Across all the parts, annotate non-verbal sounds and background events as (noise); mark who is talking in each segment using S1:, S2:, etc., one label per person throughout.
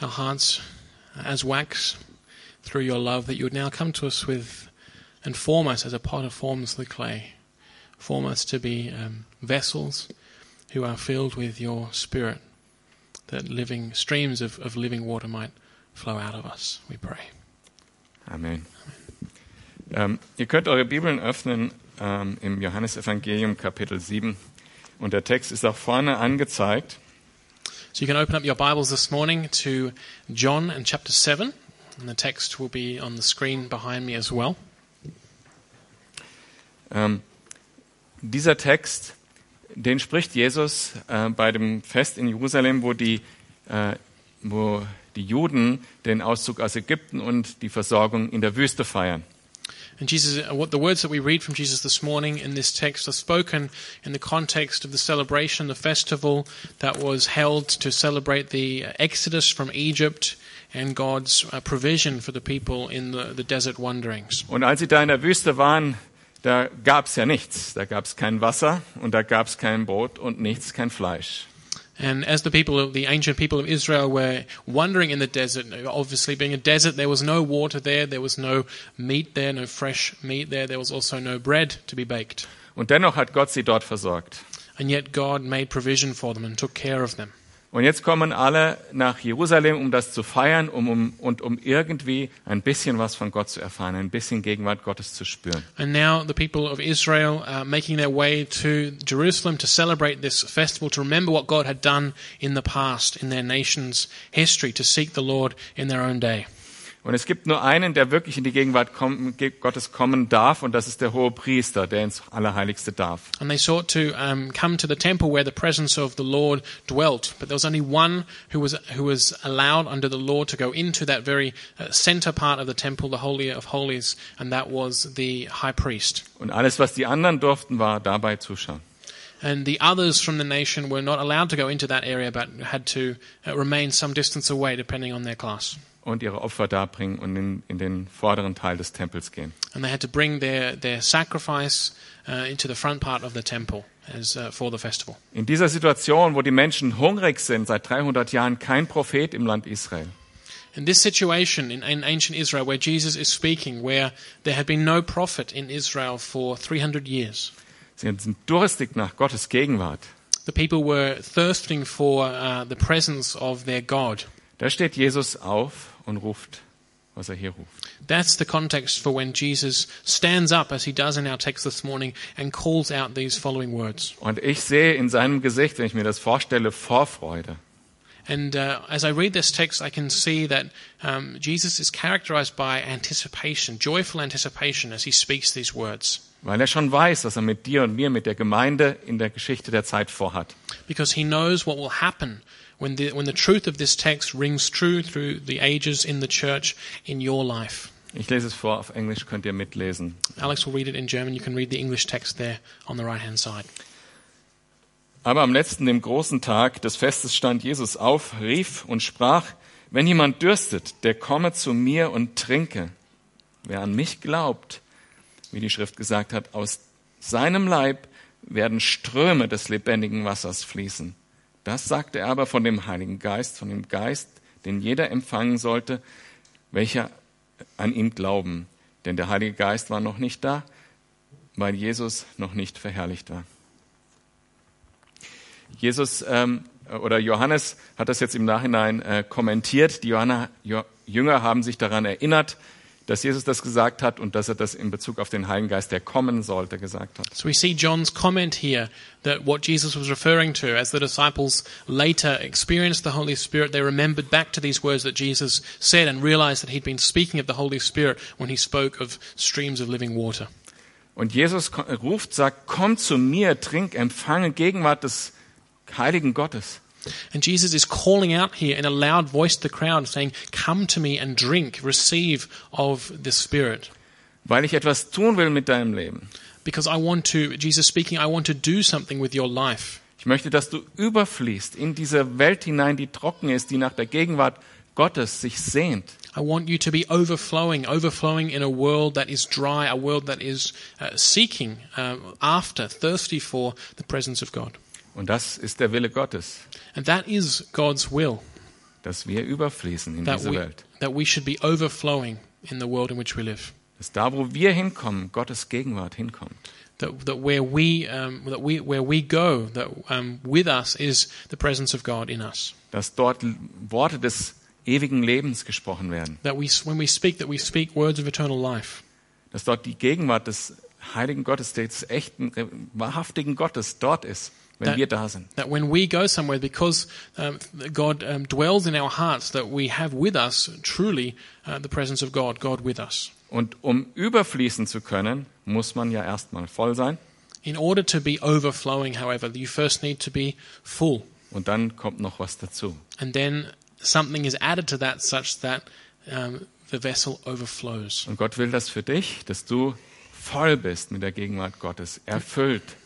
S1: our hearts as wax through your love, that you would now come to us with and form us as a potter forms the clay. Form us to be um, vessels who are filled with your spirit, that living streams of, of living water might flow out of us, we pray.
S2: Amen. Ähm, ihr könnt eure Bibeln öffnen ähm, im Johannesevangelium Kapitel 7 und der Text ist auch vorne angezeigt.
S1: So you can open up your Bibles this morning to John and chapter 7, and the text will be on the screen behind me as well.
S2: Ähm, dieser Text, den spricht Jesus äh, bei dem Fest in Jerusalem, wo die, äh, wo die Juden den Auszug aus Ägypten und die Versorgung in der Wüste feiern.
S1: And Jesus, uh, what the words that we read from Jesus this morning in this text are spoken in the context of the celebration, the festival that was held to celebrate the uh, exodus from Egypt and God's uh, provision for the people in the, the desert wanderings.
S2: Und als sie da in der Wüste waren, da gab es ja nichts. Da gab es kein Wasser und da gab es kein Brot und nichts, kein Fleisch.
S1: And as the people, of, the ancient people of Israel were wandering in the desert, obviously being a desert, there was no water there, there was no meat there, no fresh meat there, there was also no bread to be baked.
S2: Und dennoch hat Gott sie dort versorgt.
S1: And yet God made provision for them and took care of them.
S2: Und jetzt kommen alle nach Jerusalem, um das zu feiern um, um, und um irgendwie ein bisschen was von Gott zu erfahren, ein bisschen Gegenwart Gottes zu spüren.
S1: And now the people of Israel are making their way to Jerusalem to celebrate this festival, to remember what God had done in the past, in their nation's history, to seek the Lord in their own day.
S2: Und es gibt nur einen, der wirklich in die Gegenwart kommen, Ge- Gottes kommen darf, und das ist der hohe Priester, der ins Allerheiligste darf.
S1: And they sought to um, come to the temple where the presence of the Lord dwelt. But there was only one who was, who was allowed under the law to go into that very uh, center part of the temple, the Holy of Holies, and that was the high priest.
S2: Und alles, was die anderen durften, war dabei zuschauen.
S1: And the others from the nation were not allowed to go into that area, but had to uh, remain some distance away, depending on their class.
S2: Und ihre Opfer darbringen und in, in den vorderen Teil des Tempels gehen.
S1: And they had to bring their, their sacrifice uh, into the front part of the temple as, uh, for the festival.
S2: In dieser Situation, wo die Menschen hungrig sind, seit 300 Jahren kein Prophet im Land Israel.
S1: In this situation in, in ancient Israel, where Jesus is speaking, where there had been no prophet in Israel for 300 years,
S2: Sie sind durstig nach Gottes Gegenwart.
S1: the people were thirsting for uh, the presence of their God.
S2: Da steht Jesus auf und ruft, was er hier ruft.
S1: That's the context for when Jesus stands up, as he does in our text this morning, and calls out these following words.
S2: Und ich sehe in seinem Gesicht, wenn ich mir das vorstelle, Vorfreude.
S1: And uh, as I read this text, I can see that um, Jesus is characterized by anticipation, joyful anticipation, as he speaks these words.
S2: Weil er schon weiß, was er mit dir und mir, mit der Gemeinde in der Geschichte der Zeit vorhat.
S1: because he knows what will happen when the, when the truth of this text rings true through the ages in the church in your life.
S2: Ich lese es vor, auf Englisch könnt ihr mitlesen.
S1: Alex will read it in German. You can read the English text there on the right hand side.
S2: Aber am letzten, dem großen Tag des Festes, stand Jesus auf, rief und sprach, wenn jemand dürstet, der komme zu mir und trinke. Wer an mich glaubt, wie die Schrift gesagt hat, aus seinem Leib werden Ströme des lebendigen Wassers fließen. Das sagte er aber von dem Heiligen Geist, von dem Geist, den jeder empfangen sollte, welcher an ihn glauben. Denn der Heilige Geist war noch nicht da, weil Jesus noch nicht verherrlicht war. Jesus ähm, oder Johannes hat das jetzt im Nachhinein äh, kommentiert. Die Johanna, jo, Jünger haben sich daran erinnert, dass Jesus das gesagt hat und dass er das in Bezug auf den Heiligen Geist, der kommen sollte, gesagt hat.
S1: So we see John's comment here that what Jesus was referring to, as the disciples later experienced the Holy Spirit, they remembered back to these words that Jesus said and realized that he'd been speaking of the Holy Spirit when he spoke of streams of living water.
S2: Und Jesus ko- ruft, sagt, komm zu mir, trink, empfange Gegenwart des Heiligen Gottes.
S1: And Jesus is calling out here in a loud voice to the crowd, saying, Come to me and drink, receive of the Spirit.
S2: Weil ich etwas tun will mit deinem Leben.
S1: Because I want to, Jesus speaking, I want to do something with your life.
S2: Ich möchte, dass du überfließt in diese Welt hinein, die trocken ist, die nach der Gegenwart Gottes sich sehnt.
S1: I want you to be overflowing, overflowing in a world that is dry, a world that is uh, seeking uh, after, thirsty for the presence of God.
S2: Und das ist der Wille Gottes.
S1: And that is God's will.
S2: dass wir überfließen in
S1: that
S2: diese
S1: we,
S2: Welt.
S1: that we should be overflowing in the world in which we live.
S2: Dass da, wo wir hinkommen, Gottes Gegenwart hinkommt.
S1: That, that where we um, that we where we go that um, with us is the presence of God in us.
S2: Dass dort L- Worte des ewigen Lebens gesprochen werden.
S1: That we when we speak that we speak words of eternal life.
S2: Dass dort die Gegenwart des heiligen Gottes, des echten, äh, wahrhaftigen Gottes dort ist, wenn
S1: Da-
S2: wir da sind.
S1: That when we go somewhere, because um, God um, dwells in our hearts, that we have with us truly uh, the presence of God, God with us.
S2: Und um überfließen zu können, muss man ja erstmal voll sein.
S1: In order to be overflowing, however, you first need to be full,
S2: Und dann kommt noch was dazu.
S1: and then something is added to that such that um, the vessel overflows.
S2: Und Gott will das für dich, dass du voll bist mit der Gegenwart Gottes, erfüllt.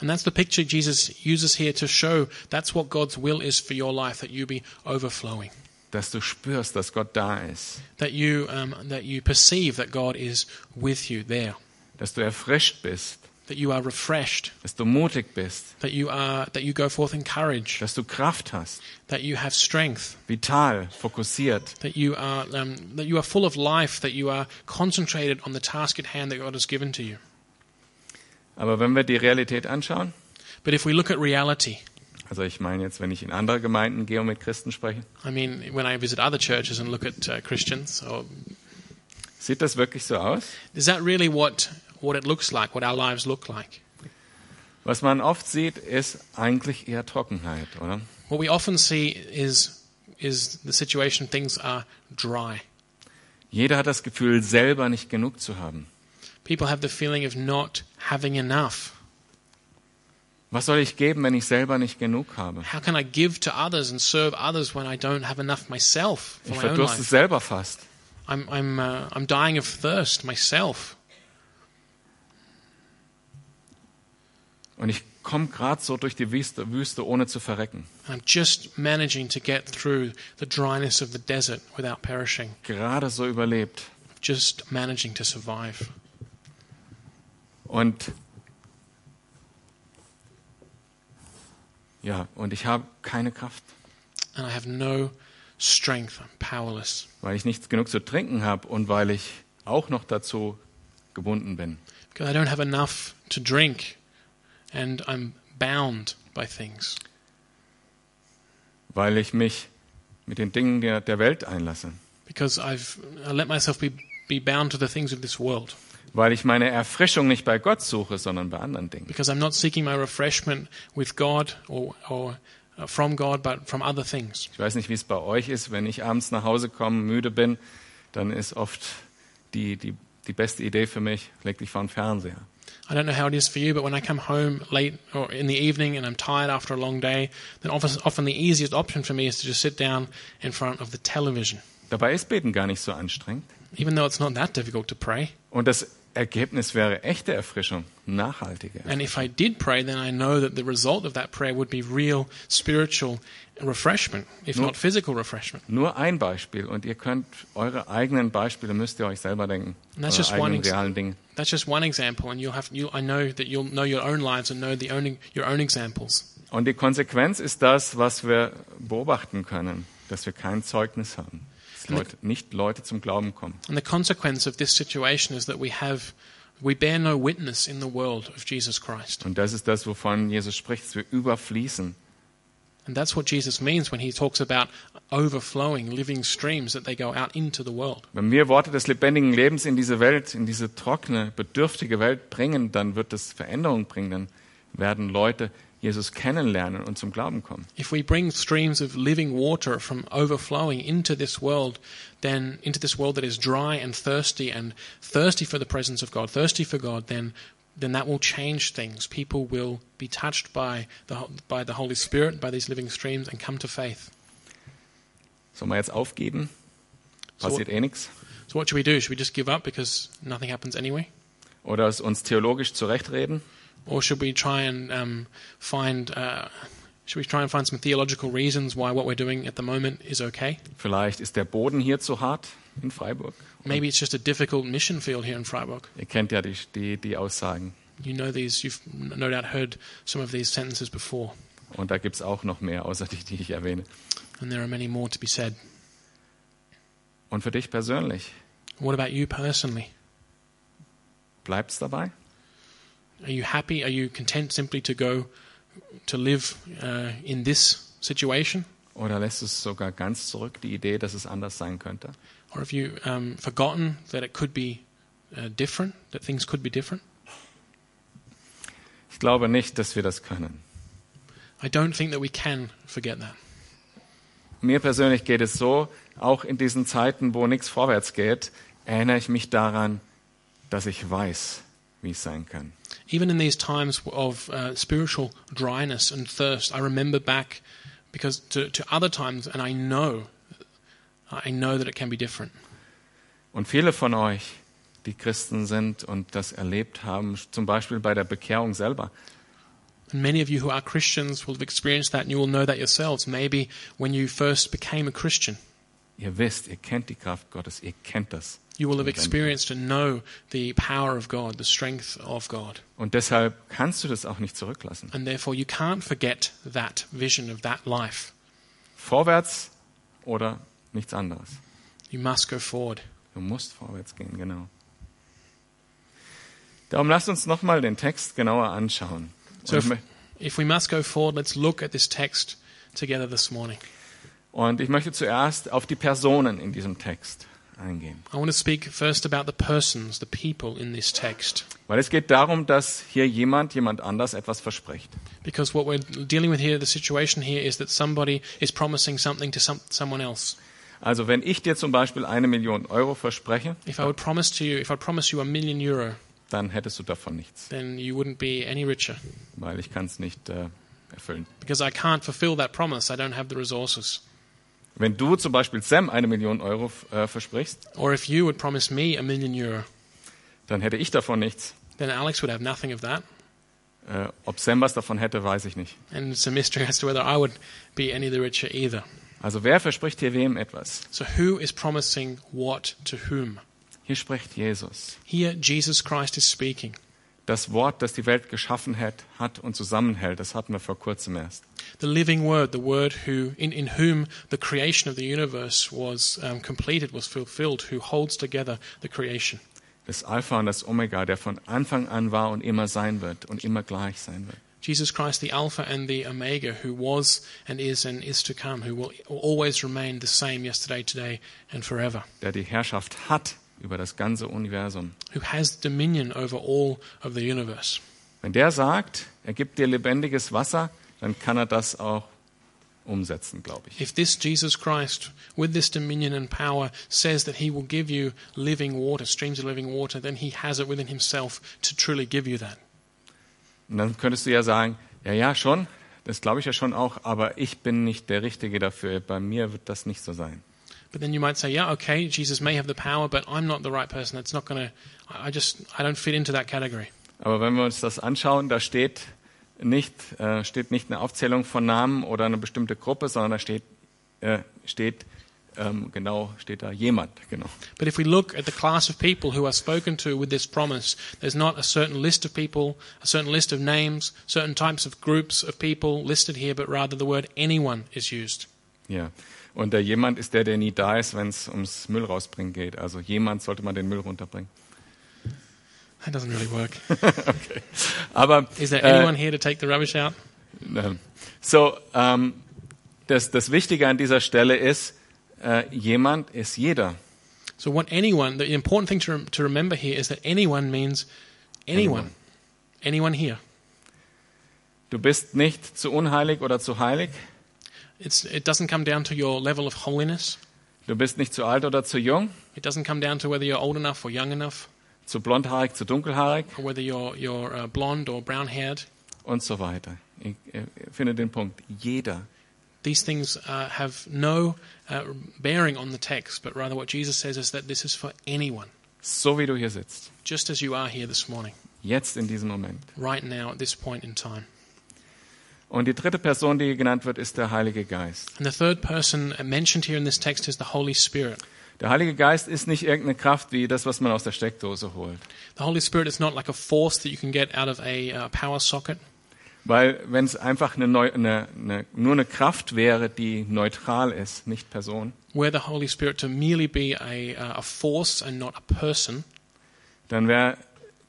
S1: And that's the picture Jesus uses here to show that's what God's will is for your life that you be overflowing,
S2: dass du spürst, dass Gott da ist,
S1: that you, um, that you perceive that God is with you there,
S2: dass du erfrischt bist,
S1: that you are refreshed,
S2: dass du mutig bist,
S1: that you, are, that you go forth in courage,
S2: dass du Kraft hast,
S1: that you have strength,
S2: vital, fokussiert.
S1: that you, are, um, that you are full of life, that you are concentrated on the task at hand that God has given to you.
S2: Aber wenn wir die Realität anschauen,
S1: But if we look at reality,
S2: also ich meine jetzt, wenn ich in andere Gemeinden gehe und mit Christen spreche,
S1: I mean, when I visit other churches and look at uh, Christians, or,
S2: sieht das wirklich so aus?
S1: is that really what, what it looks like, what our lives look like?
S2: Was man oft sieht, ist eigentlich eher Trockenheit, oder?
S1: What we often see is, is the situation, things are dry.
S2: Jeder hat das Gefühl, selber nicht genug zu haben.
S1: People have the feeling of not having enough.
S2: Was soll ich geben, wenn ich selber nicht genug habe?
S1: How can I give to others and serve others when I don't have enough myself for
S2: Ich
S1: my own life?
S2: verdurste selber fast.
S1: I'm, I'm, uh, I'm dying of thirst myself.
S2: Und ich komme gerade so durch die Wüste, Wüste, ohne zu verrecken.
S1: And I'm just managing to get through the dryness of the desert without perishing.
S2: Gerade so überlebt.
S1: Just managing to survive.
S2: Und ja, und ich habe keine Kraft,
S1: And I have no strength. I'm powerless
S2: weil ich nichts genug zu trinken habe und weil ich auch noch dazu gebunden bin.
S1: because I don't have enough to drink and I'm bound by things.
S2: Weil ich mich mit den Dingen der, der Welt einlasse.
S1: because I've I let myself be, be bound to the things of this world,
S2: Weil ich meine Erfrischung nicht bei Gott suche, sondern bei anderen Dingen.
S1: because I'm not seeking my refreshment with God or, or uh, from God, but from other things.
S2: Ich weiß nicht, wie es bei euch ist. Wenn ich abends nach Hause komme, müde bin, dann ist oft die, die, die beste Idee für mich, leg dich vor den Fernseher.
S1: I don't know how it is for you, but when I come home late or in the evening and I'm tired after a long day, then often, often the easiest option for me is to just sit down in front of the television,
S2: Dabei ist Beten gar nicht so anstrengend.
S1: even though it's not that difficult to pray.
S2: Und das Ergebnis wäre echte Erfrischung, nachhaltige.
S1: And if I did pray, then I know that the result of that prayer would be real spiritual refreshment, if not physical refreshment.
S2: Nur ein Beispiel und ihr könnt eure eigenen Beispiele müsst ihr euch selber denken.
S1: Na, es
S2: eure
S1: ist one
S2: eigenen
S1: ex-
S2: realen Dinge.
S1: That's just one example, and you'll have. You, I know that you'll know your own lives and know the own, your own examples.
S2: Und die Konsequenz ist das, was wir beobachten können, dass wir kein Zeugnis haben, dass Leute, nicht Leute zum Glauben kommen.
S1: And the consequence of this situation is that we have, we bear no witness in the world of Jesus Christ,
S2: Und das ist das, wovon Jesus spricht, dass wir überfließen.
S1: and that's what Jesus means when he talks about overflowing, living streams that they go out into the world.
S2: Wenn wir Worte des lebendigen Lebens in diese Welt, in diese trockene, bedürftige Welt bringen, dann wird das Veränderung bringen. Dann werden Leute Jesus kennenlernen und zum Glauben kommen.
S1: If we bring streams of living water from overflowing into this world, then into this world that is dry and thirsty and thirsty for the presence of God, thirsty for God, then then that will change things. People will be touched by the ho- by the Holy Spirit, by these living streams, and come to faith.
S2: Sollen wir jetzt aufgeben?
S1: So-
S2: Passiert eh nichts.
S1: So what should we do? Should we just give up because nothing happens anyway,
S2: Oder es uns theologisch zurechtreden?
S1: or should we try and um, find? Uh, should we try and find some theological reasons why what we're doing at the moment is okay?
S2: Vielleicht ist der Boden hier zu hart in Freiburg.
S1: Maybe it's just a difficult mission field here in Freiburg.
S2: Ihr kennt ja die, die, die Aussagen.
S1: You know these, you've no doubt heard some of these sentences before.
S2: Und da gibt's auch noch mehr, außer die, die ich erwähne.
S1: And there are many more to be said.
S2: Und für dich persönlich,
S1: What about you personally?
S2: bleibt es dabei?
S1: Are you happy? Are you content simply to go to live uh, in this situation?
S2: Oder lässt es sogar ganz zurück, die Idee, dass es anders sein könnte?
S1: Or have you um, forgotten that it could be uh, different, that things could be different?
S2: Ich glaube nicht, dass wir das können.
S1: I don't think that we can forget that.
S2: Mir persönlich geht es so, auch in diesen Zeiten, wo nichts vorwärts geht, erinnere ich mich daran, dass ich weiß, wie es sein kann.
S1: Even in these times of uh, spiritual dryness and thirst, I remember back because to, to other times, and I know, I know that it can be different.
S2: Und viele von euch, die Christen sind und das erlebt haben, zum Beispiel bei der Bekehrung selber,
S1: And many of you who are Christians will have experienced that, and you will know that yourselves. Maybe when you first became a Christian,
S2: ihr wisst, ihr kennt die Kraft Gottes, ihr kennt das.
S1: you will have
S2: Amen.
S1: experienced and know the power of God, the strength of God.
S2: Und deshalb kannst du das auch nicht zurücklassen.
S1: And therefore, you can't forget that vision of that life.
S2: Vorwärts oder nichts anderes.
S1: You must go forward.
S2: Du musst vorwärts gehen, genau. Darum lasst uns nochmal den Text genauer anschauen.
S1: So
S2: Und, ich
S1: if,
S2: mö-
S1: if we must go forward, let's look at this text together this morning.
S2: und ich möchte zuerst auf die Personen in diesem Text eingehen.
S1: I want to speak first about the persons, the people in this text.
S2: Weil es geht darum, dass hier jemand jemand anders etwas verspricht.
S1: Because what we're dealing with here, the situation here, is that somebody is promising something to some, someone else.
S2: Also wenn ich dir zum Beispiel eine Million Euro verspreche,
S1: If I would promise to you, if I promise you a million euro,
S2: dann hättest du davon nichts,
S1: then you wouldn't be any richer.
S2: weil ich kann es nicht äh, erfüllen.
S1: Because I can't fulfill that promise. I don't have the resources.
S2: Wenn du zum Beispiel Sam eine Million Euro äh, versprichst,
S1: Or if you would promise me a million euro,
S2: dann hätte ich davon nichts.
S1: then Alex would have nothing of that.
S2: Äh, ob Sam was davon hätte, weiß ich nicht.
S1: And it's a mystery (laughs) as to whether I would be any the richer either.
S2: Also wer verspricht hier wem etwas?
S1: So who is promising what to whom?
S2: Hier spricht Jesus.
S1: Here, Jesus Christ is speaking.
S2: Das Wort, das die Welt geschaffen hat, hat und zusammenhält, das hatten wir vor kurzem erst.
S1: the living word, the word who in, in whom the creation of the universe was um, completed, was fulfilled, who holds together the creation.
S2: Das Alpha und das Omega, der von Anfang an war und immer sein wird und immer gleich sein wird.
S1: Jesus Christ, the Alpha and the Omega, who was and is and is to come, who will always remain the same yesterday, today, and forever,
S2: Der die Herrschaft hat über das ganze Universum.
S1: who has dominion over all of the universe.
S2: Wenn der sagt, er gibt dir lebendiges Wasser, dann kann er das auch umsetzen, glaube ich.
S1: If this Jesus Christ, with this dominion and power, says that he will give you living water, streams of living water, then he has it within himself to truly give you that.
S2: Und dann könntest du ja sagen, ja, ja, schon, das glaube ich ja schon auch, aber ich bin nicht der Richtige dafür. Bei mir wird das nicht so sein.
S1: But then you might say, yeah, okay, Jesus may have the power, but I'm not the right person. That's not going to, I I just, I don't fit into that category.
S2: Aber wenn wir uns das anschauen, da steht nicht, äh, steht nicht eine Aufzählung von Namen oder eine bestimmte Gruppe, sondern da steht, äh, steht ähm, genau, steht da jemand. Genau.
S1: But if we look at the class of people who are spoken to with this promise, there's not a certain list of people, a certain list of names, certain types of groups of people listed here, but rather the word anyone is used.
S2: Ja. Und der jemand ist der, der nie da ist, wenn es ums Müll rausbringen geht. Also jemand sollte man den Müll runterbringen.
S1: That doesn't really work.
S2: Aber
S1: Is there
S2: äh,
S1: anyone here to take the rubbish out?
S2: ne. so ähm, das, das Wichtige an dieser Stelle ist, äh, jemand ist jeder.
S1: So what anyone, the important thing to, rem- to remember here is that anyone means anyone. Anyone here.
S2: Du bist nicht zu unheilig oder zu heilig.
S1: It's, it doesn't come down to your level of holiness.
S2: Du bist nicht zu alt oder zu jung.
S1: It doesn't come down to whether you're old enough or young enough,
S2: zu blondhaarig, zu dunkelhaarig
S1: or whether you're, you're uh, blonde or brown haired.
S2: und so weiter. Ich, äh, finde den Punkt. Jeder.
S1: These things uh, have no uh, bearing on the text, but rather what Jesus says is that this is for anyone,
S2: So wie du hier sitzt.
S1: just as you are here this morning,
S2: Jetzt in diesem Moment.
S1: right now, at this point in time.
S2: Und die dritte Person, die hier genannt wird, ist der Heilige Geist.
S1: And the third person mentioned here in this text is the Holy Spirit.
S2: Der Heilige Geist ist nicht irgendeine Kraft wie das, was man aus der Steckdose holt,
S1: The Holy Spirit is not like a force that you can get out of a uh, power socket.
S2: Weil wenn es einfach eine, neu, eine, eine, nur eine Kraft wäre, die neutral ist, nicht Person,
S1: Were the Holy Spirit to merely be a, uh, a force and not a person,
S2: dann wäre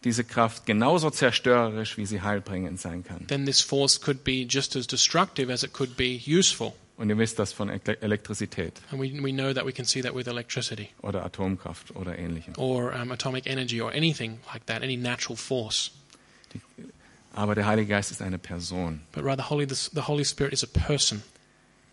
S2: diese Kraft genauso zerstörerisch, wie sie heilbringend sein kann.
S1: then this force could be just as destructive as it could be useful.
S2: Und ihr wisst das von Ele- Elektrizität
S1: And we, we know that we can see that with electricity
S2: oder Atomkraft oder ähnlichem.
S1: or um, atomic energy or anything like that, any natural force.
S2: Aber der Heilige Geist ist eine Person.
S1: But rather, Holy, the, the Holy Spirit is a person.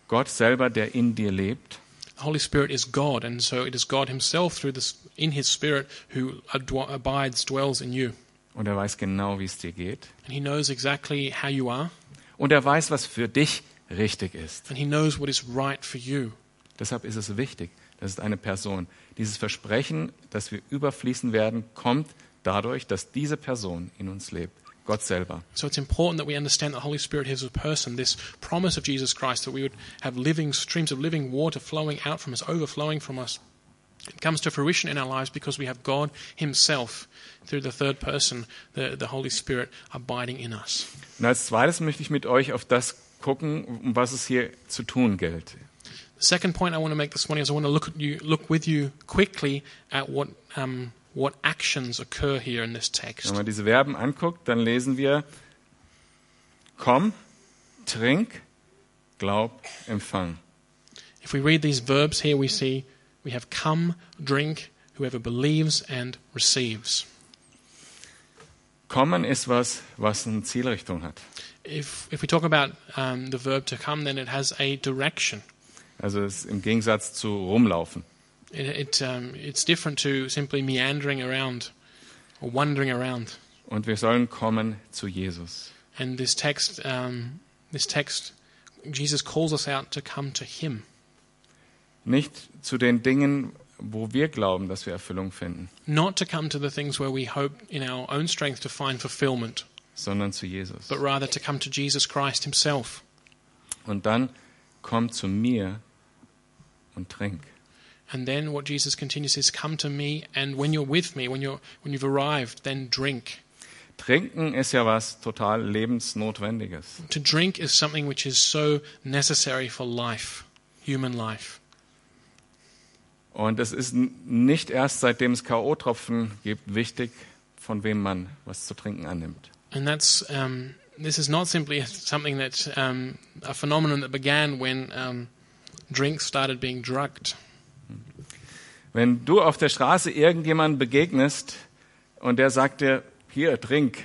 S2: Gott selber, der in dir lebt,
S1: The Holy Spirit is God, and so it is God Himself through this in His Spirit who adw- abides, dwells in you,
S2: und er weiß genau, wie es dir geht.
S1: and He knows exactly how you are,
S2: Und er weiß, was für dich richtig ist.
S1: and He knows what is right for you.
S2: Deshalb ist es wichtig, das ist eine Person. Dieses Versprechen, dass wir überfließen werden, kommt dadurch, dass diese Person in uns lebt. Gott selber.
S1: So it's important that we understand that the Holy Spirit is a person. This promise of Jesus Christ that we would have living streams of living water flowing out from us, overflowing from us, it comes to fruition in our lives because we have God Himself through the third person, the, the Holy Spirit, abiding in us.
S2: Und als zweites möchte ich mit euch auf das gucken, um was es hier zu tun gilt.
S1: The second point I want to make this morning is I want to look at you, look with you quickly at what um, what actions occur here in this text.
S2: Wenn man diese Verben anguckt, dann lesen wir komm, trink, glaub, empfang.
S1: If we read these verbs here, we see we have come, drink, whoever believes and receives.
S2: Kommen ist was, was eine Zielrichtung hat.
S1: If if we talk about um, the verb to come, then it has a direction.
S2: Also es ist im Gegensatz zu rumlaufen.
S1: It, it um, it's different to simply meandering around or wandering around.
S2: Und wir sollen kommen zu Jesus.
S1: And this text, um, this text, Jesus calls us out to come to Him.
S2: Nicht zu den Dingen, wo wir glauben, dass wir Erfüllung finden,
S1: not to come to the things where we hope in our own strength to find fulfillment,
S2: sondern zu Jesus.
S1: but rather to come to Jesus Christ Himself.
S2: Und dann komm zu mir und trink.
S1: And then what Jesus continues is, Come to me, and when you're with me, when, you're, when you've arrived, then drink.
S2: Trinken ist ja was total lebensnotwendiges.
S1: To drink is something which is so necessary for life, human life.
S2: Und es ist n- nicht erst seitdem es K.O.-Tropfen gibt, wichtig, von wem man was zu trinken annimmt.
S1: And that's, um, this is not simply something that, um, a phenomenon that began when um, drink started being drugged.
S2: Wenn du auf der Straße irgendjemandem begegnest und der sagt dir, hier, trink,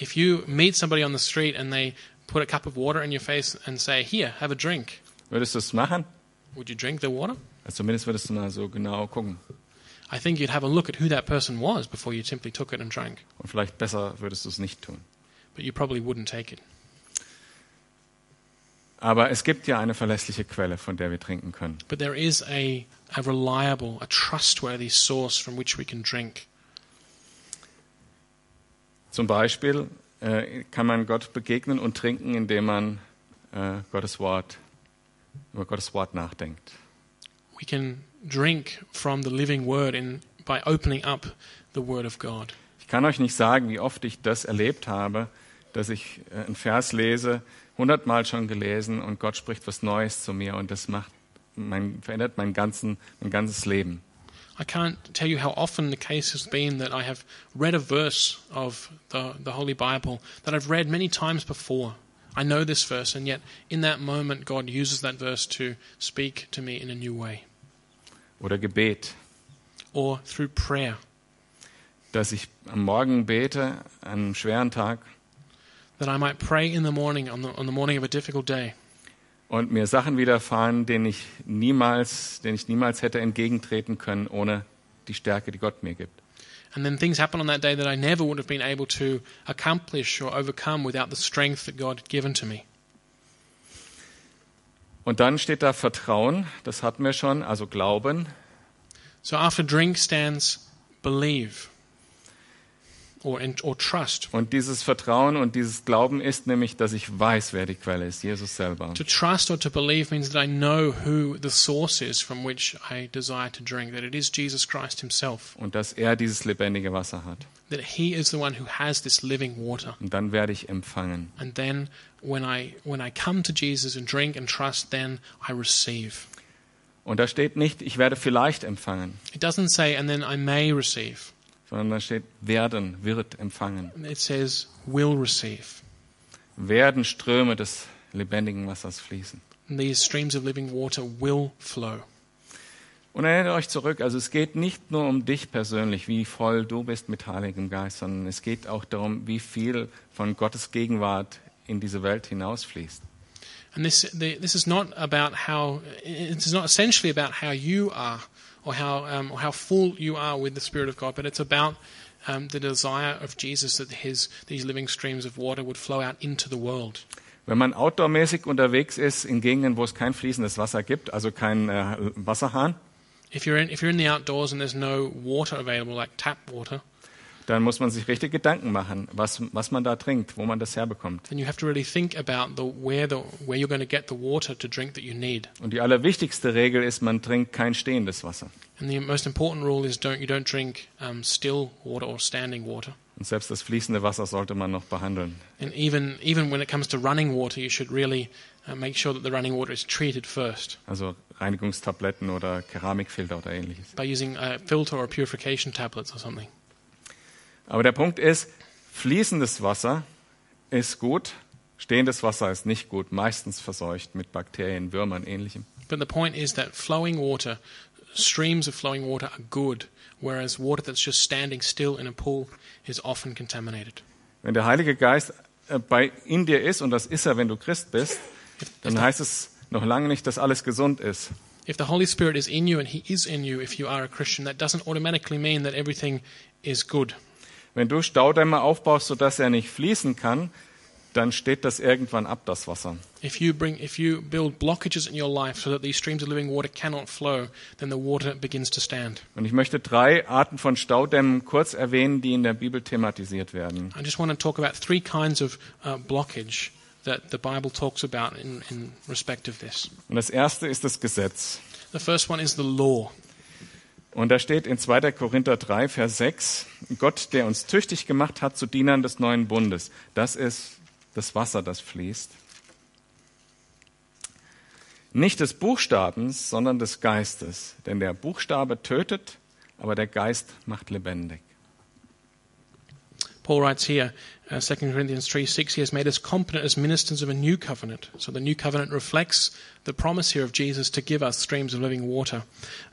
S1: If you meet somebody on the street and they put a cup of water in your face and say, Here, have a drink,
S2: würdest du es machen?
S1: Would you drink the water?
S2: Also zumindest würdest du mal so genau gucken.
S1: I think you'd have a look at who that person was before you simply took it and drank,
S2: Und vielleicht besser würdest du es nicht tun.
S1: but you probably wouldn't take it.
S2: Aber es gibt ja eine verlässliche Quelle, von der wir trinken können.
S1: But there is a, a reliable, a trustworthy source from which we can drink.
S2: Zum Beispiel äh, kann man Gott begegnen und trinken, indem man äh, Gottes Wort, über Gottes Wort nachdenkt.
S1: We can drink from the living word in, by opening up the word of God.
S2: Ich kann euch nicht sagen, wie oft ich das erlebt habe, dass ich äh, einen Vers lese, hundertmal schon gelesen und Gott spricht was Neues zu mir und das macht mein, verändert mein, ganzen, mein ganzes Leben.
S1: I can't tell you how often the case has been that I have read a verse of the, the Holy Bible that I've read many times before. I know this verse, and yet in that moment, God uses that verse to speak to me in a new way.
S2: Oder Gebet,
S1: or through prayer.
S2: dass ich am Morgen bete, an einem schweren Tag
S1: That I might pray in the morning, on the, on the morning of a difficult day,
S2: und mir Sachen widerfahren, denen ich niemals, denen ich niemals hätte entgegentreten können, ohne die Stärke, die Gott mir gibt.
S1: and then things happen on that day that I never would have been able to accomplish or overcome without the strength that God had given to me.
S2: Und dann steht da Vertrauen, das hatten wir schon, also Glauben.
S1: So after drink stands believe. or, in, or trust.
S2: Und dieses Vertrauen und dieses Glauben ist nämlich, dass ich weiß, wer die Quelle ist, Jesus selber.
S1: To trust or to believe means that I know who the source is from which I desire to drink, that it is Jesus Christ Himself,
S2: Und dass er dieses lebendige Wasser hat.
S1: that He is the one who has this living water.
S2: Und dann werde ich empfangen.
S1: And then when I, when I come to Jesus and drink and trust, then I receive.
S2: Und da steht nicht, ich werde vielleicht empfangen,
S1: It doesn't say, and then I may receive.
S2: sondern da steht, werden, wird empfangen.
S1: It says, will receive.
S2: Werden Ströme des lebendigen Wassers fließen.
S1: And these streams of living water will flow.
S2: Und erinnert euch zurück, also es geht nicht nur um dich persönlich, wie voll du bist mit Heiligem Geist, sondern es geht auch darum, wie viel von Gottes Gegenwart in diese Welt hinausfließt.
S1: And this, the, this is not about how, it is not essentially about how you are or how, um, or how full you are with the Spirit of God, but it's about um, the desire of Jesus that his, these living streams of water would flow out into the world.
S2: Wenn man outdoormäßig unterwegs ist, in Gegenden, wo es kein fließendes Wasser gibt, also kein äh, Wasserhahn,
S1: If you're, in, if you're in the outdoors and there's no water available, like tap water,
S2: dann muss man sich richtig Gedanken machen, was, was man da trinkt, wo man das herbekommt.
S1: then you have to really think about the, where, the, where you're going to get the water to drink that you need.
S2: Und die allerwichtigste Regel ist, man trinkt kein stehendes Wasser.
S1: And the most important rule is don't, you don't drink um, still water or standing water.
S2: Und selbst das fließende Wasser sollte man noch behandeln.
S1: And even even when it comes to running water, you should really uh, make sure that the running water is treated first
S2: Also Reinigungstabletten oder Keramikfilter oder ähnliches.
S1: by using a filter or purification tablets or something.
S2: Aber der Punkt ist, fließendes Wasser ist gut, stehendes Wasser ist nicht gut, meistens verseucht mit Bakterien, Würmern, ähnlichem.
S1: But the point is that flowing water, streams of flowing water are good, whereas water that's just standing still in a pool is often contaminated.
S2: Wenn der Heilige Geist äh, bei in dir ist und das ist er, wenn du Christ bist, dann heißt es noch lange nicht, dass alles gesund ist.
S1: If the Holy Spirit is in you and He is in you, if you are a Christian, that doesn't automatically mean that everything is good.
S2: Wenn du Staudämme aufbaust, sodass er nicht fließen kann, dann steht das irgendwann ab, das Wasser.
S1: If you bring, if you build blockages in your life so that these streams of living water cannot flow, then the water begins to stand.
S2: Und ich möchte drei Arten von Staudämmen kurz erwähnen, die in der Bibel thematisiert werden.
S1: I just want to talk about three kinds of uh, blockage that the Bible talks about in, in respect of this.
S2: Und das erste ist das Gesetz.
S1: The first one is the law.
S2: Und da steht in 2. Korinther 3, Vers 6, Gott, der uns tüchtig gemacht hat zu Dienern des neuen Bundes. Das ist das Wasser, das fließt. Nicht des Buchstabens, sondern des Geistes. Denn der Buchstabe tötet, aber der Geist macht lebendig.
S1: Paul writes here, uh, 2 Corinthians 3 6, He has made us competent as ministers of a new covenant. So the new covenant reflects the promise here of Jesus to give us streams of living water,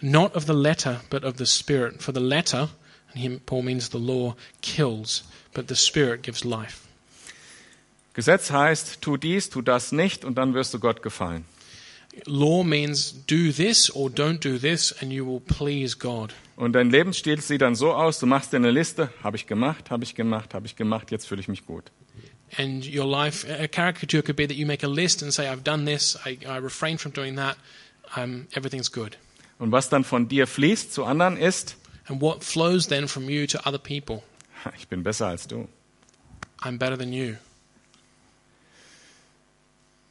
S1: not of the letter, but of the Spirit. For the letter, and here Paul means the law, kills, but the Spirit gives life.
S2: Gesetz heißt, tu dies, tu das nicht und dann wirst du Gott gefallen.
S1: Law means do this or don't do this, and you will please God.
S2: Und dein Lebensstil sieht dann so aus, du machst dir eine Liste, habe ich gemacht, habe ich gemacht, habe ich gemacht, jetzt fühle ich mich gut.
S1: and your life a caricature could be that you make a list and say i've done this i, I refrain from doing that um, everything's good
S2: Und was dann von dir fließt zu anderen ist,
S1: and what flows then from you to other people
S2: (laughs) ich bin besser als du.
S1: i'm better than you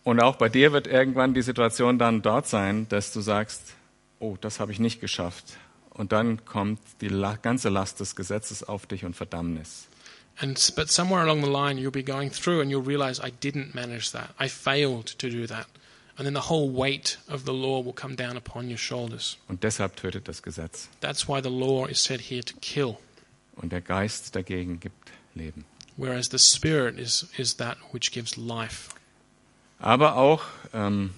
S2: Und auch bei dir wird irgendwann die Situation dann dort sein, dass du sagst, oh, das habe ich nicht geschafft. Und dann kommt die La ganze Last des Gesetzes auf dich und Verdammnis.
S1: and s- but somewhere along the line you'll be going through and you'll realize i didn't manage that i failed to do that and then the whole weight of the law will come down upon your shoulders
S2: Und deshalb tötet das Gesetz.
S1: that's why the law is said here to kill
S2: Und der Geist dagegen gibt Leben.
S1: whereas the spirit is is that which gives life
S2: Aber auch ähm,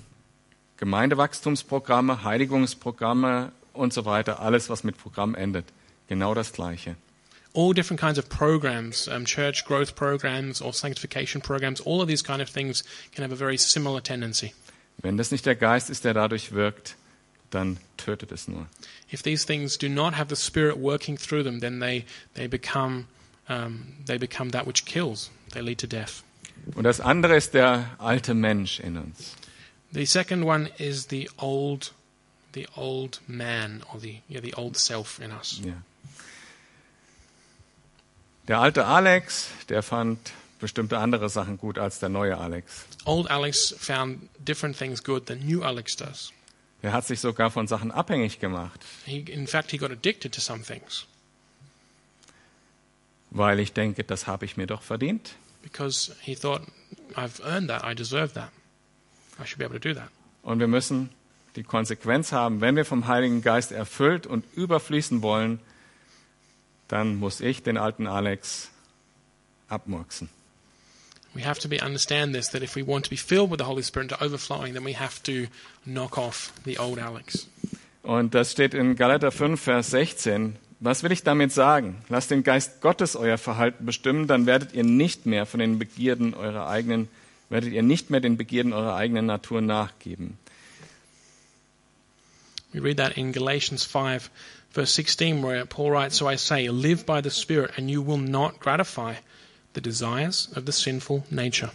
S2: Gemeindewachstumsprogramme, Heiligungsprogramme und so weiter, alles, was mit Programm endet. Genau das Gleiche.
S1: all different kinds of programs, um, church growth programs or sanctification programs, all of these kind of things can have a very similar tendency.
S2: Wenn das nicht der Geist ist, der dadurch wirkt, dann tötet es nur.
S1: If these things do not have the Spirit working through them, then they, they, become, um, they become that which kills. They lead to death.
S2: Und das andere ist der alte Mensch in uns.
S1: The second one is the old, the old man or the, yeah, the old self in us.
S2: Ja. Der alte Alex, der fand bestimmte andere Sachen gut als der neue Alex.
S1: Old Alex found different things good than new Alex does.
S2: Er hat sich sogar von Sachen abhängig gemacht,
S1: He, in fact, he got addicted to some things
S2: weil ich denke, das habe ich mir doch verdient.
S1: because he thought, I've earned that, I deserve that. I should be able to do that.
S2: Und wir müssen die Konsequenz haben, wenn wir vom Heiligen Geist erfüllt und überfließen wollen, dann muss ich den alten Alex abmurksen.
S1: We have to be understand this that if we want to be filled with the Holy Spirit to overflowing, then we have to knock off the old Alex.
S2: Und das steht in Galater 5, Vers 16. Was will ich damit sagen? Lasst den Geist Gottes euer Verhalten bestimmen, dann werdet ihr nicht mehr von den Begierden eurer eigenen, werdet ihr nicht mehr den Begierden eurer eigenen Natur nachgeben.
S1: We read that in Galatians 5, verse 16, where Paul writes, So I say, live by the Spirit, and you will not gratify the desires of the sinful nature.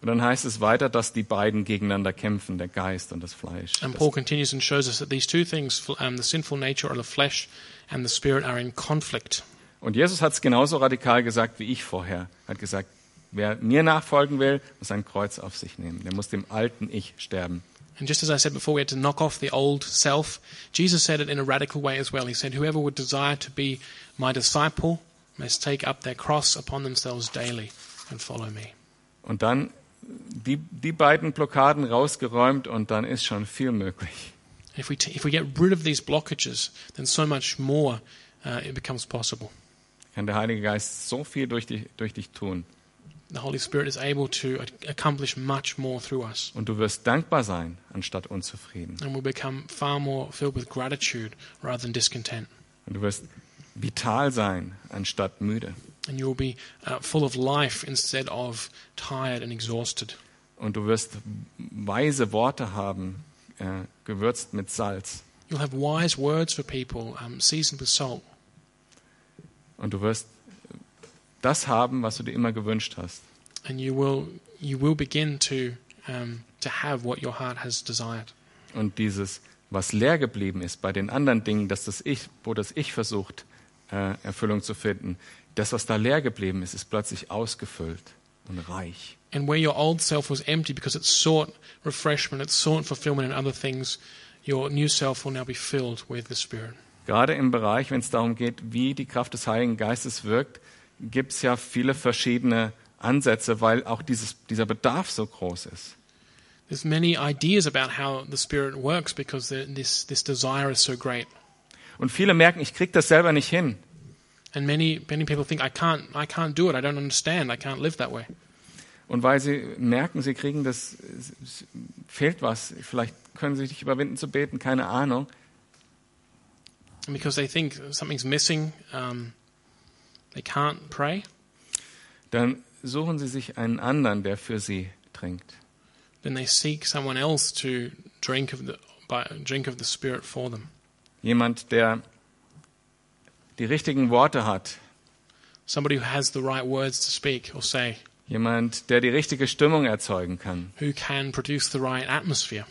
S2: Und dann heißt es weiter, dass die beiden gegeneinander kämpfen, der Geist und das Fleisch.
S1: And
S2: Das-
S1: Paul continues and shows us that these two things, fl- um, the sinful nature or the flesh and the spirit, are in conflict.
S2: Und Jesus hat es genauso radikal gesagt wie ich vorher. Er hat gesagt, wer mir nachfolgen will, muss ein Kreuz auf sich nehmen. Der muss dem alten Ich sterben.
S1: And just as I said before, we had to knock off the old self. Jesus said it in a radical way as well. He said, Whoever would desire to be my disciple must take up their cross upon themselves daily and follow me.
S2: Und dann die, die beiden Blockaden rausgeräumt und dann ist schon viel möglich.
S1: And if we, t- if we get rid of these blockages, then so much more uh, it becomes possible.
S2: Kann der Heilige Geist so viel durch dich, durch dich tun.
S1: The Holy Spirit is able to a- accomplish much more through us,
S2: Und du wirst dankbar sein, anstatt unzufrieden.
S1: and we'll become far more filled with gratitude rather than discontent.
S2: Und du wirst vital sein, anstatt müde.
S1: And you will be uh, full of life instead of tired and exhausted.
S2: Und du wirst weise Worte haben, äh, gewürzt mit Salz.
S1: You'll have wise words for people, um, seasoned with salt.
S2: Und du wirst das haben, was du dir immer gewünscht hast.
S1: and you will you will begin to um, to have what your heart has desired.
S2: Und dieses, was leer geblieben ist bei den anderen Dingen, dass das ich, wo das Ich versucht, äh, Erfüllung zu finden, das, was da leer geblieben ist, ist plötzlich ausgefüllt und reich.
S1: And where your old self was empty because it sought refreshment, it sought fulfillment in other things, your new self will now be filled with the Spirit.
S2: Gerade im Bereich, wenn es darum geht, wie die Kraft des Heiligen Geistes wirkt, gibt es ja viele verschiedene Ansätze, weil auch dieses, dieser Bedarf so groß ist.
S1: There's many ideas about how the Spirit works because the, this this desire is so great,
S2: Und viele merken, ich krieg das selber nicht hin.
S1: and many many people think I can't I can't do it. I don't understand. I can't live that way.
S2: Und weil sie merken, sie kriegen das, es- es fehlt was, vielleicht können sie sich nicht überwinden zu beten, keine Ahnung.
S1: And because they think something's missing, um, they can't pray.
S2: Dann suchen sie sich einen anderen, der für sie trinkt.
S1: then they seek someone else to drink of the by, drink of the Spirit for them.
S2: Jemand, der die richtigen Worte hat.
S1: Somebody who has the right words to speak or say,
S2: Jemand, der die richtige Stimmung erzeugen kann.
S1: who can produce the right atmosphere,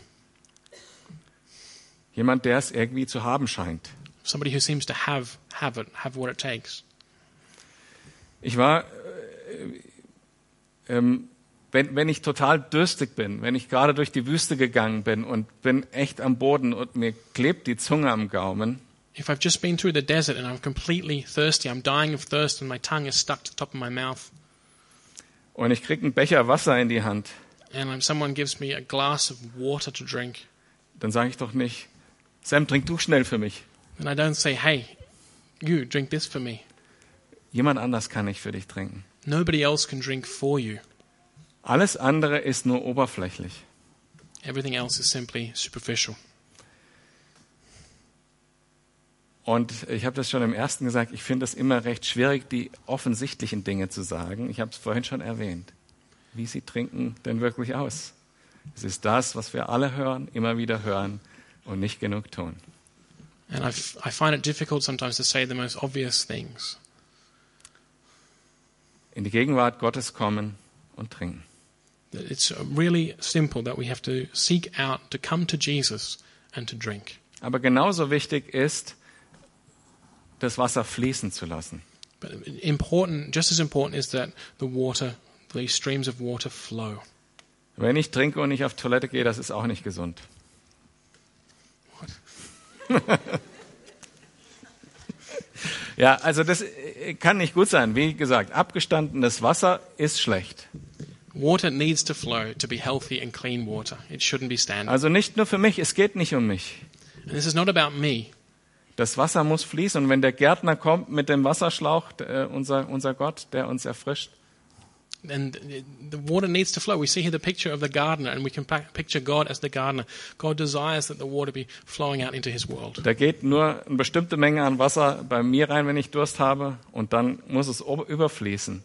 S2: Jemand, der es irgendwie zu haben scheint.
S1: somebody who seems to have have it, have what it takes.
S2: Ich war, äh, ähm, wenn, wenn ich total dürstig bin, wenn ich gerade durch die Wüste gegangen bin und bin echt am Boden und mir klebt die Zunge am Gaumen,
S1: If I've just been through the desert and I'm completely thirsty, I'm dying of thirst and my tongue is stuck to the top of my mouth,
S2: und ich krieg einen Becher Wasser in die Hand,
S1: and i someone gives me a glass of water to drink,
S2: dann sage ich doch nicht, Sam, trink du schnell für mich.
S1: and I don't say, "Hey, you drink this for me."
S2: Jemand anders kann nicht für dich trinken.
S1: Nobody else can drink for you.
S2: Alles andere ist nur oberflächlich.
S1: Everything else is simply superficial.
S2: Und ich habe das schon im ersten gesagt, ich finde es immer recht schwierig, die offensichtlichen Dinge zu sagen. Ich habe es vorhin schon erwähnt. Wie sieht Trinken denn wirklich aus? Es ist das, was wir alle hören, immer wieder hören und nicht genug tun.
S1: And I, f- I find it difficult sometimes to say the most obvious things.
S2: In die Gegenwart Gottes kommen und trinken.
S1: That It's really simple that we have to seek out to come to Jesus and to drink.
S2: Aber genauso wichtig ist, das Wasser fließen zu lassen.
S1: But important, just as important, is that the water, these streams of water, flow.
S2: Wenn ich trinke und nicht auf Toilette gehe, das ist auch nicht gesund. ja, also das äh, kann nicht gut sein. Wie gesagt, abgestandenes Wasser ist schlecht.
S1: Water needs to flow to be healthy and clean water. It shouldn't be standing.
S2: Also nicht nur für mich, es geht nicht um mich.
S1: And this is not about me.
S2: Das Wasser muss fließen und wenn der Gärtner kommt mit dem Wasserschlauch, äh, unser, unser Gott, der uns erfrischt,
S1: And the water needs to flow. We see here the picture of the gardener, and we can pa- picture God as the gardener. God desires that the water be flowing out into his world.
S2: da geht nur eine bestimmte Menge an Wasser bei mir rein, wenn ich Durst habe und dann muss es o- überfließen.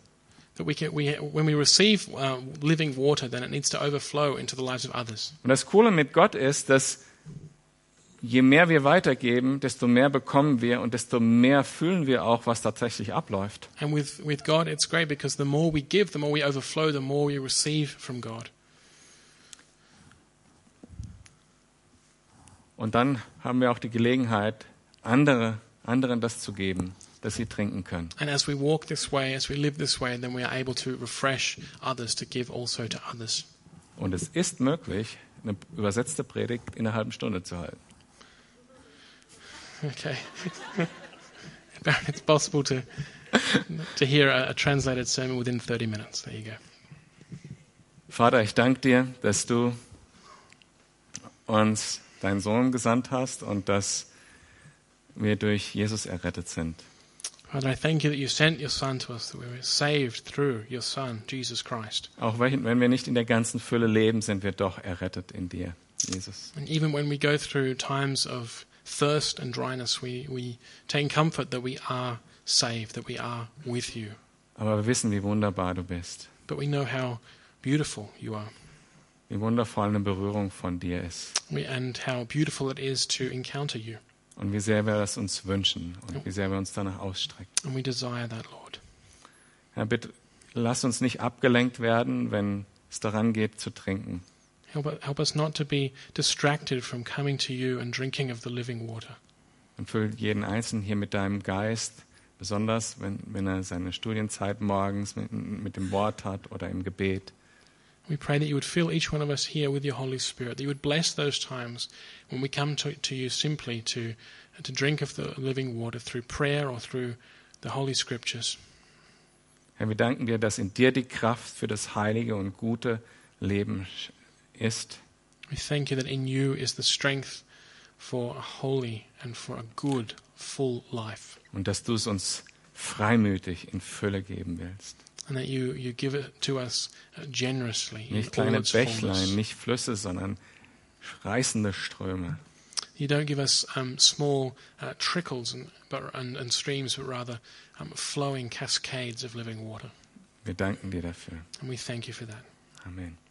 S1: That we can, we, when we receive uh, living water, then it needs to overflow into the lives of others.
S2: Und das Coole mit Gott ist, dass je mehr wir weitergeben, desto mehr bekommen wir und desto mehr fühlen wir auch, was tatsächlich abläuft.
S1: And with, with God, it's great because the more we give, the more we overflow, the more we receive from God.
S2: Und dann haben wir auch die Gelegenheit, andere, anderen das zu geben, dass sie trinken können.
S1: And as we walk this way, as we live this way, then we are able to refresh others, to give also to others.
S2: Und es ist möglich, eine übersetzte Predigt in einer halben Stunde zu halten.
S1: Okay. (laughs) Apparently, it's possible to, to hear a, a translated sermon within 30 minutes. There you go.
S2: Vater, ich danke dir, dass du uns deinen Sohn gesandt hast und dass wir durch Jesus errettet sind.
S1: Father, I thank you that you sent your Son to us, that we were saved through your Son, Jesus Christ.
S2: Auch wenn wenn wir nicht in der ganzen Fülle leben, sind wir doch errettet in dir, Jesus.
S1: And even when we go through times of thirst and dryness, we, we take comfort that we are saved, that we are with you.
S2: Aber wir wissen, wie wunderbar du bist,
S1: But we know how beautiful you are,
S2: wie wundervoll eine Berührung von dir ist
S1: we, and how beautiful it is to encounter you.
S2: und wie sehr wir das uns wünschen und wie sehr wir uns danach ausstrecken.
S1: And we desire that, Lord.
S2: Herr, bitte lass uns nicht abgelenkt werden, wenn es daran geht zu trinken,
S1: Help, help us not to be distracted from coming to you and drinking of the living water.
S2: Und füll jeden Einzelnen hier mit deinem Geist, besonders wenn, wenn er seine Studienzeit morgens mit, mit dem Wort hat oder im Gebet.
S1: We pray that you would fill each one of us here with your Holy Spirit, that you would bless those times when we come to, to you simply to, to drink of the living water through prayer or through the Holy Scriptures.
S2: Herr, wir danken dir, dass in dir die Kraft für das heilige und gute Leben sch- ist.
S1: We thank you that in you is the strength for a holy and for a good, full life,
S2: und dass du es uns freimütig in Fülle geben willst.
S1: and that you, you give it to us uh, generously in
S2: Nicht
S1: all
S2: kleine
S1: its fullness.
S2: Bächlein, nicht Flüsse, sondern reißende Ströme.
S1: You don't give us um, small uh, trickles and, but, and, and streams, but rather um, flowing cascades of living water.
S2: Wir danken dir dafür.
S1: And we thank you for that.
S2: Amen.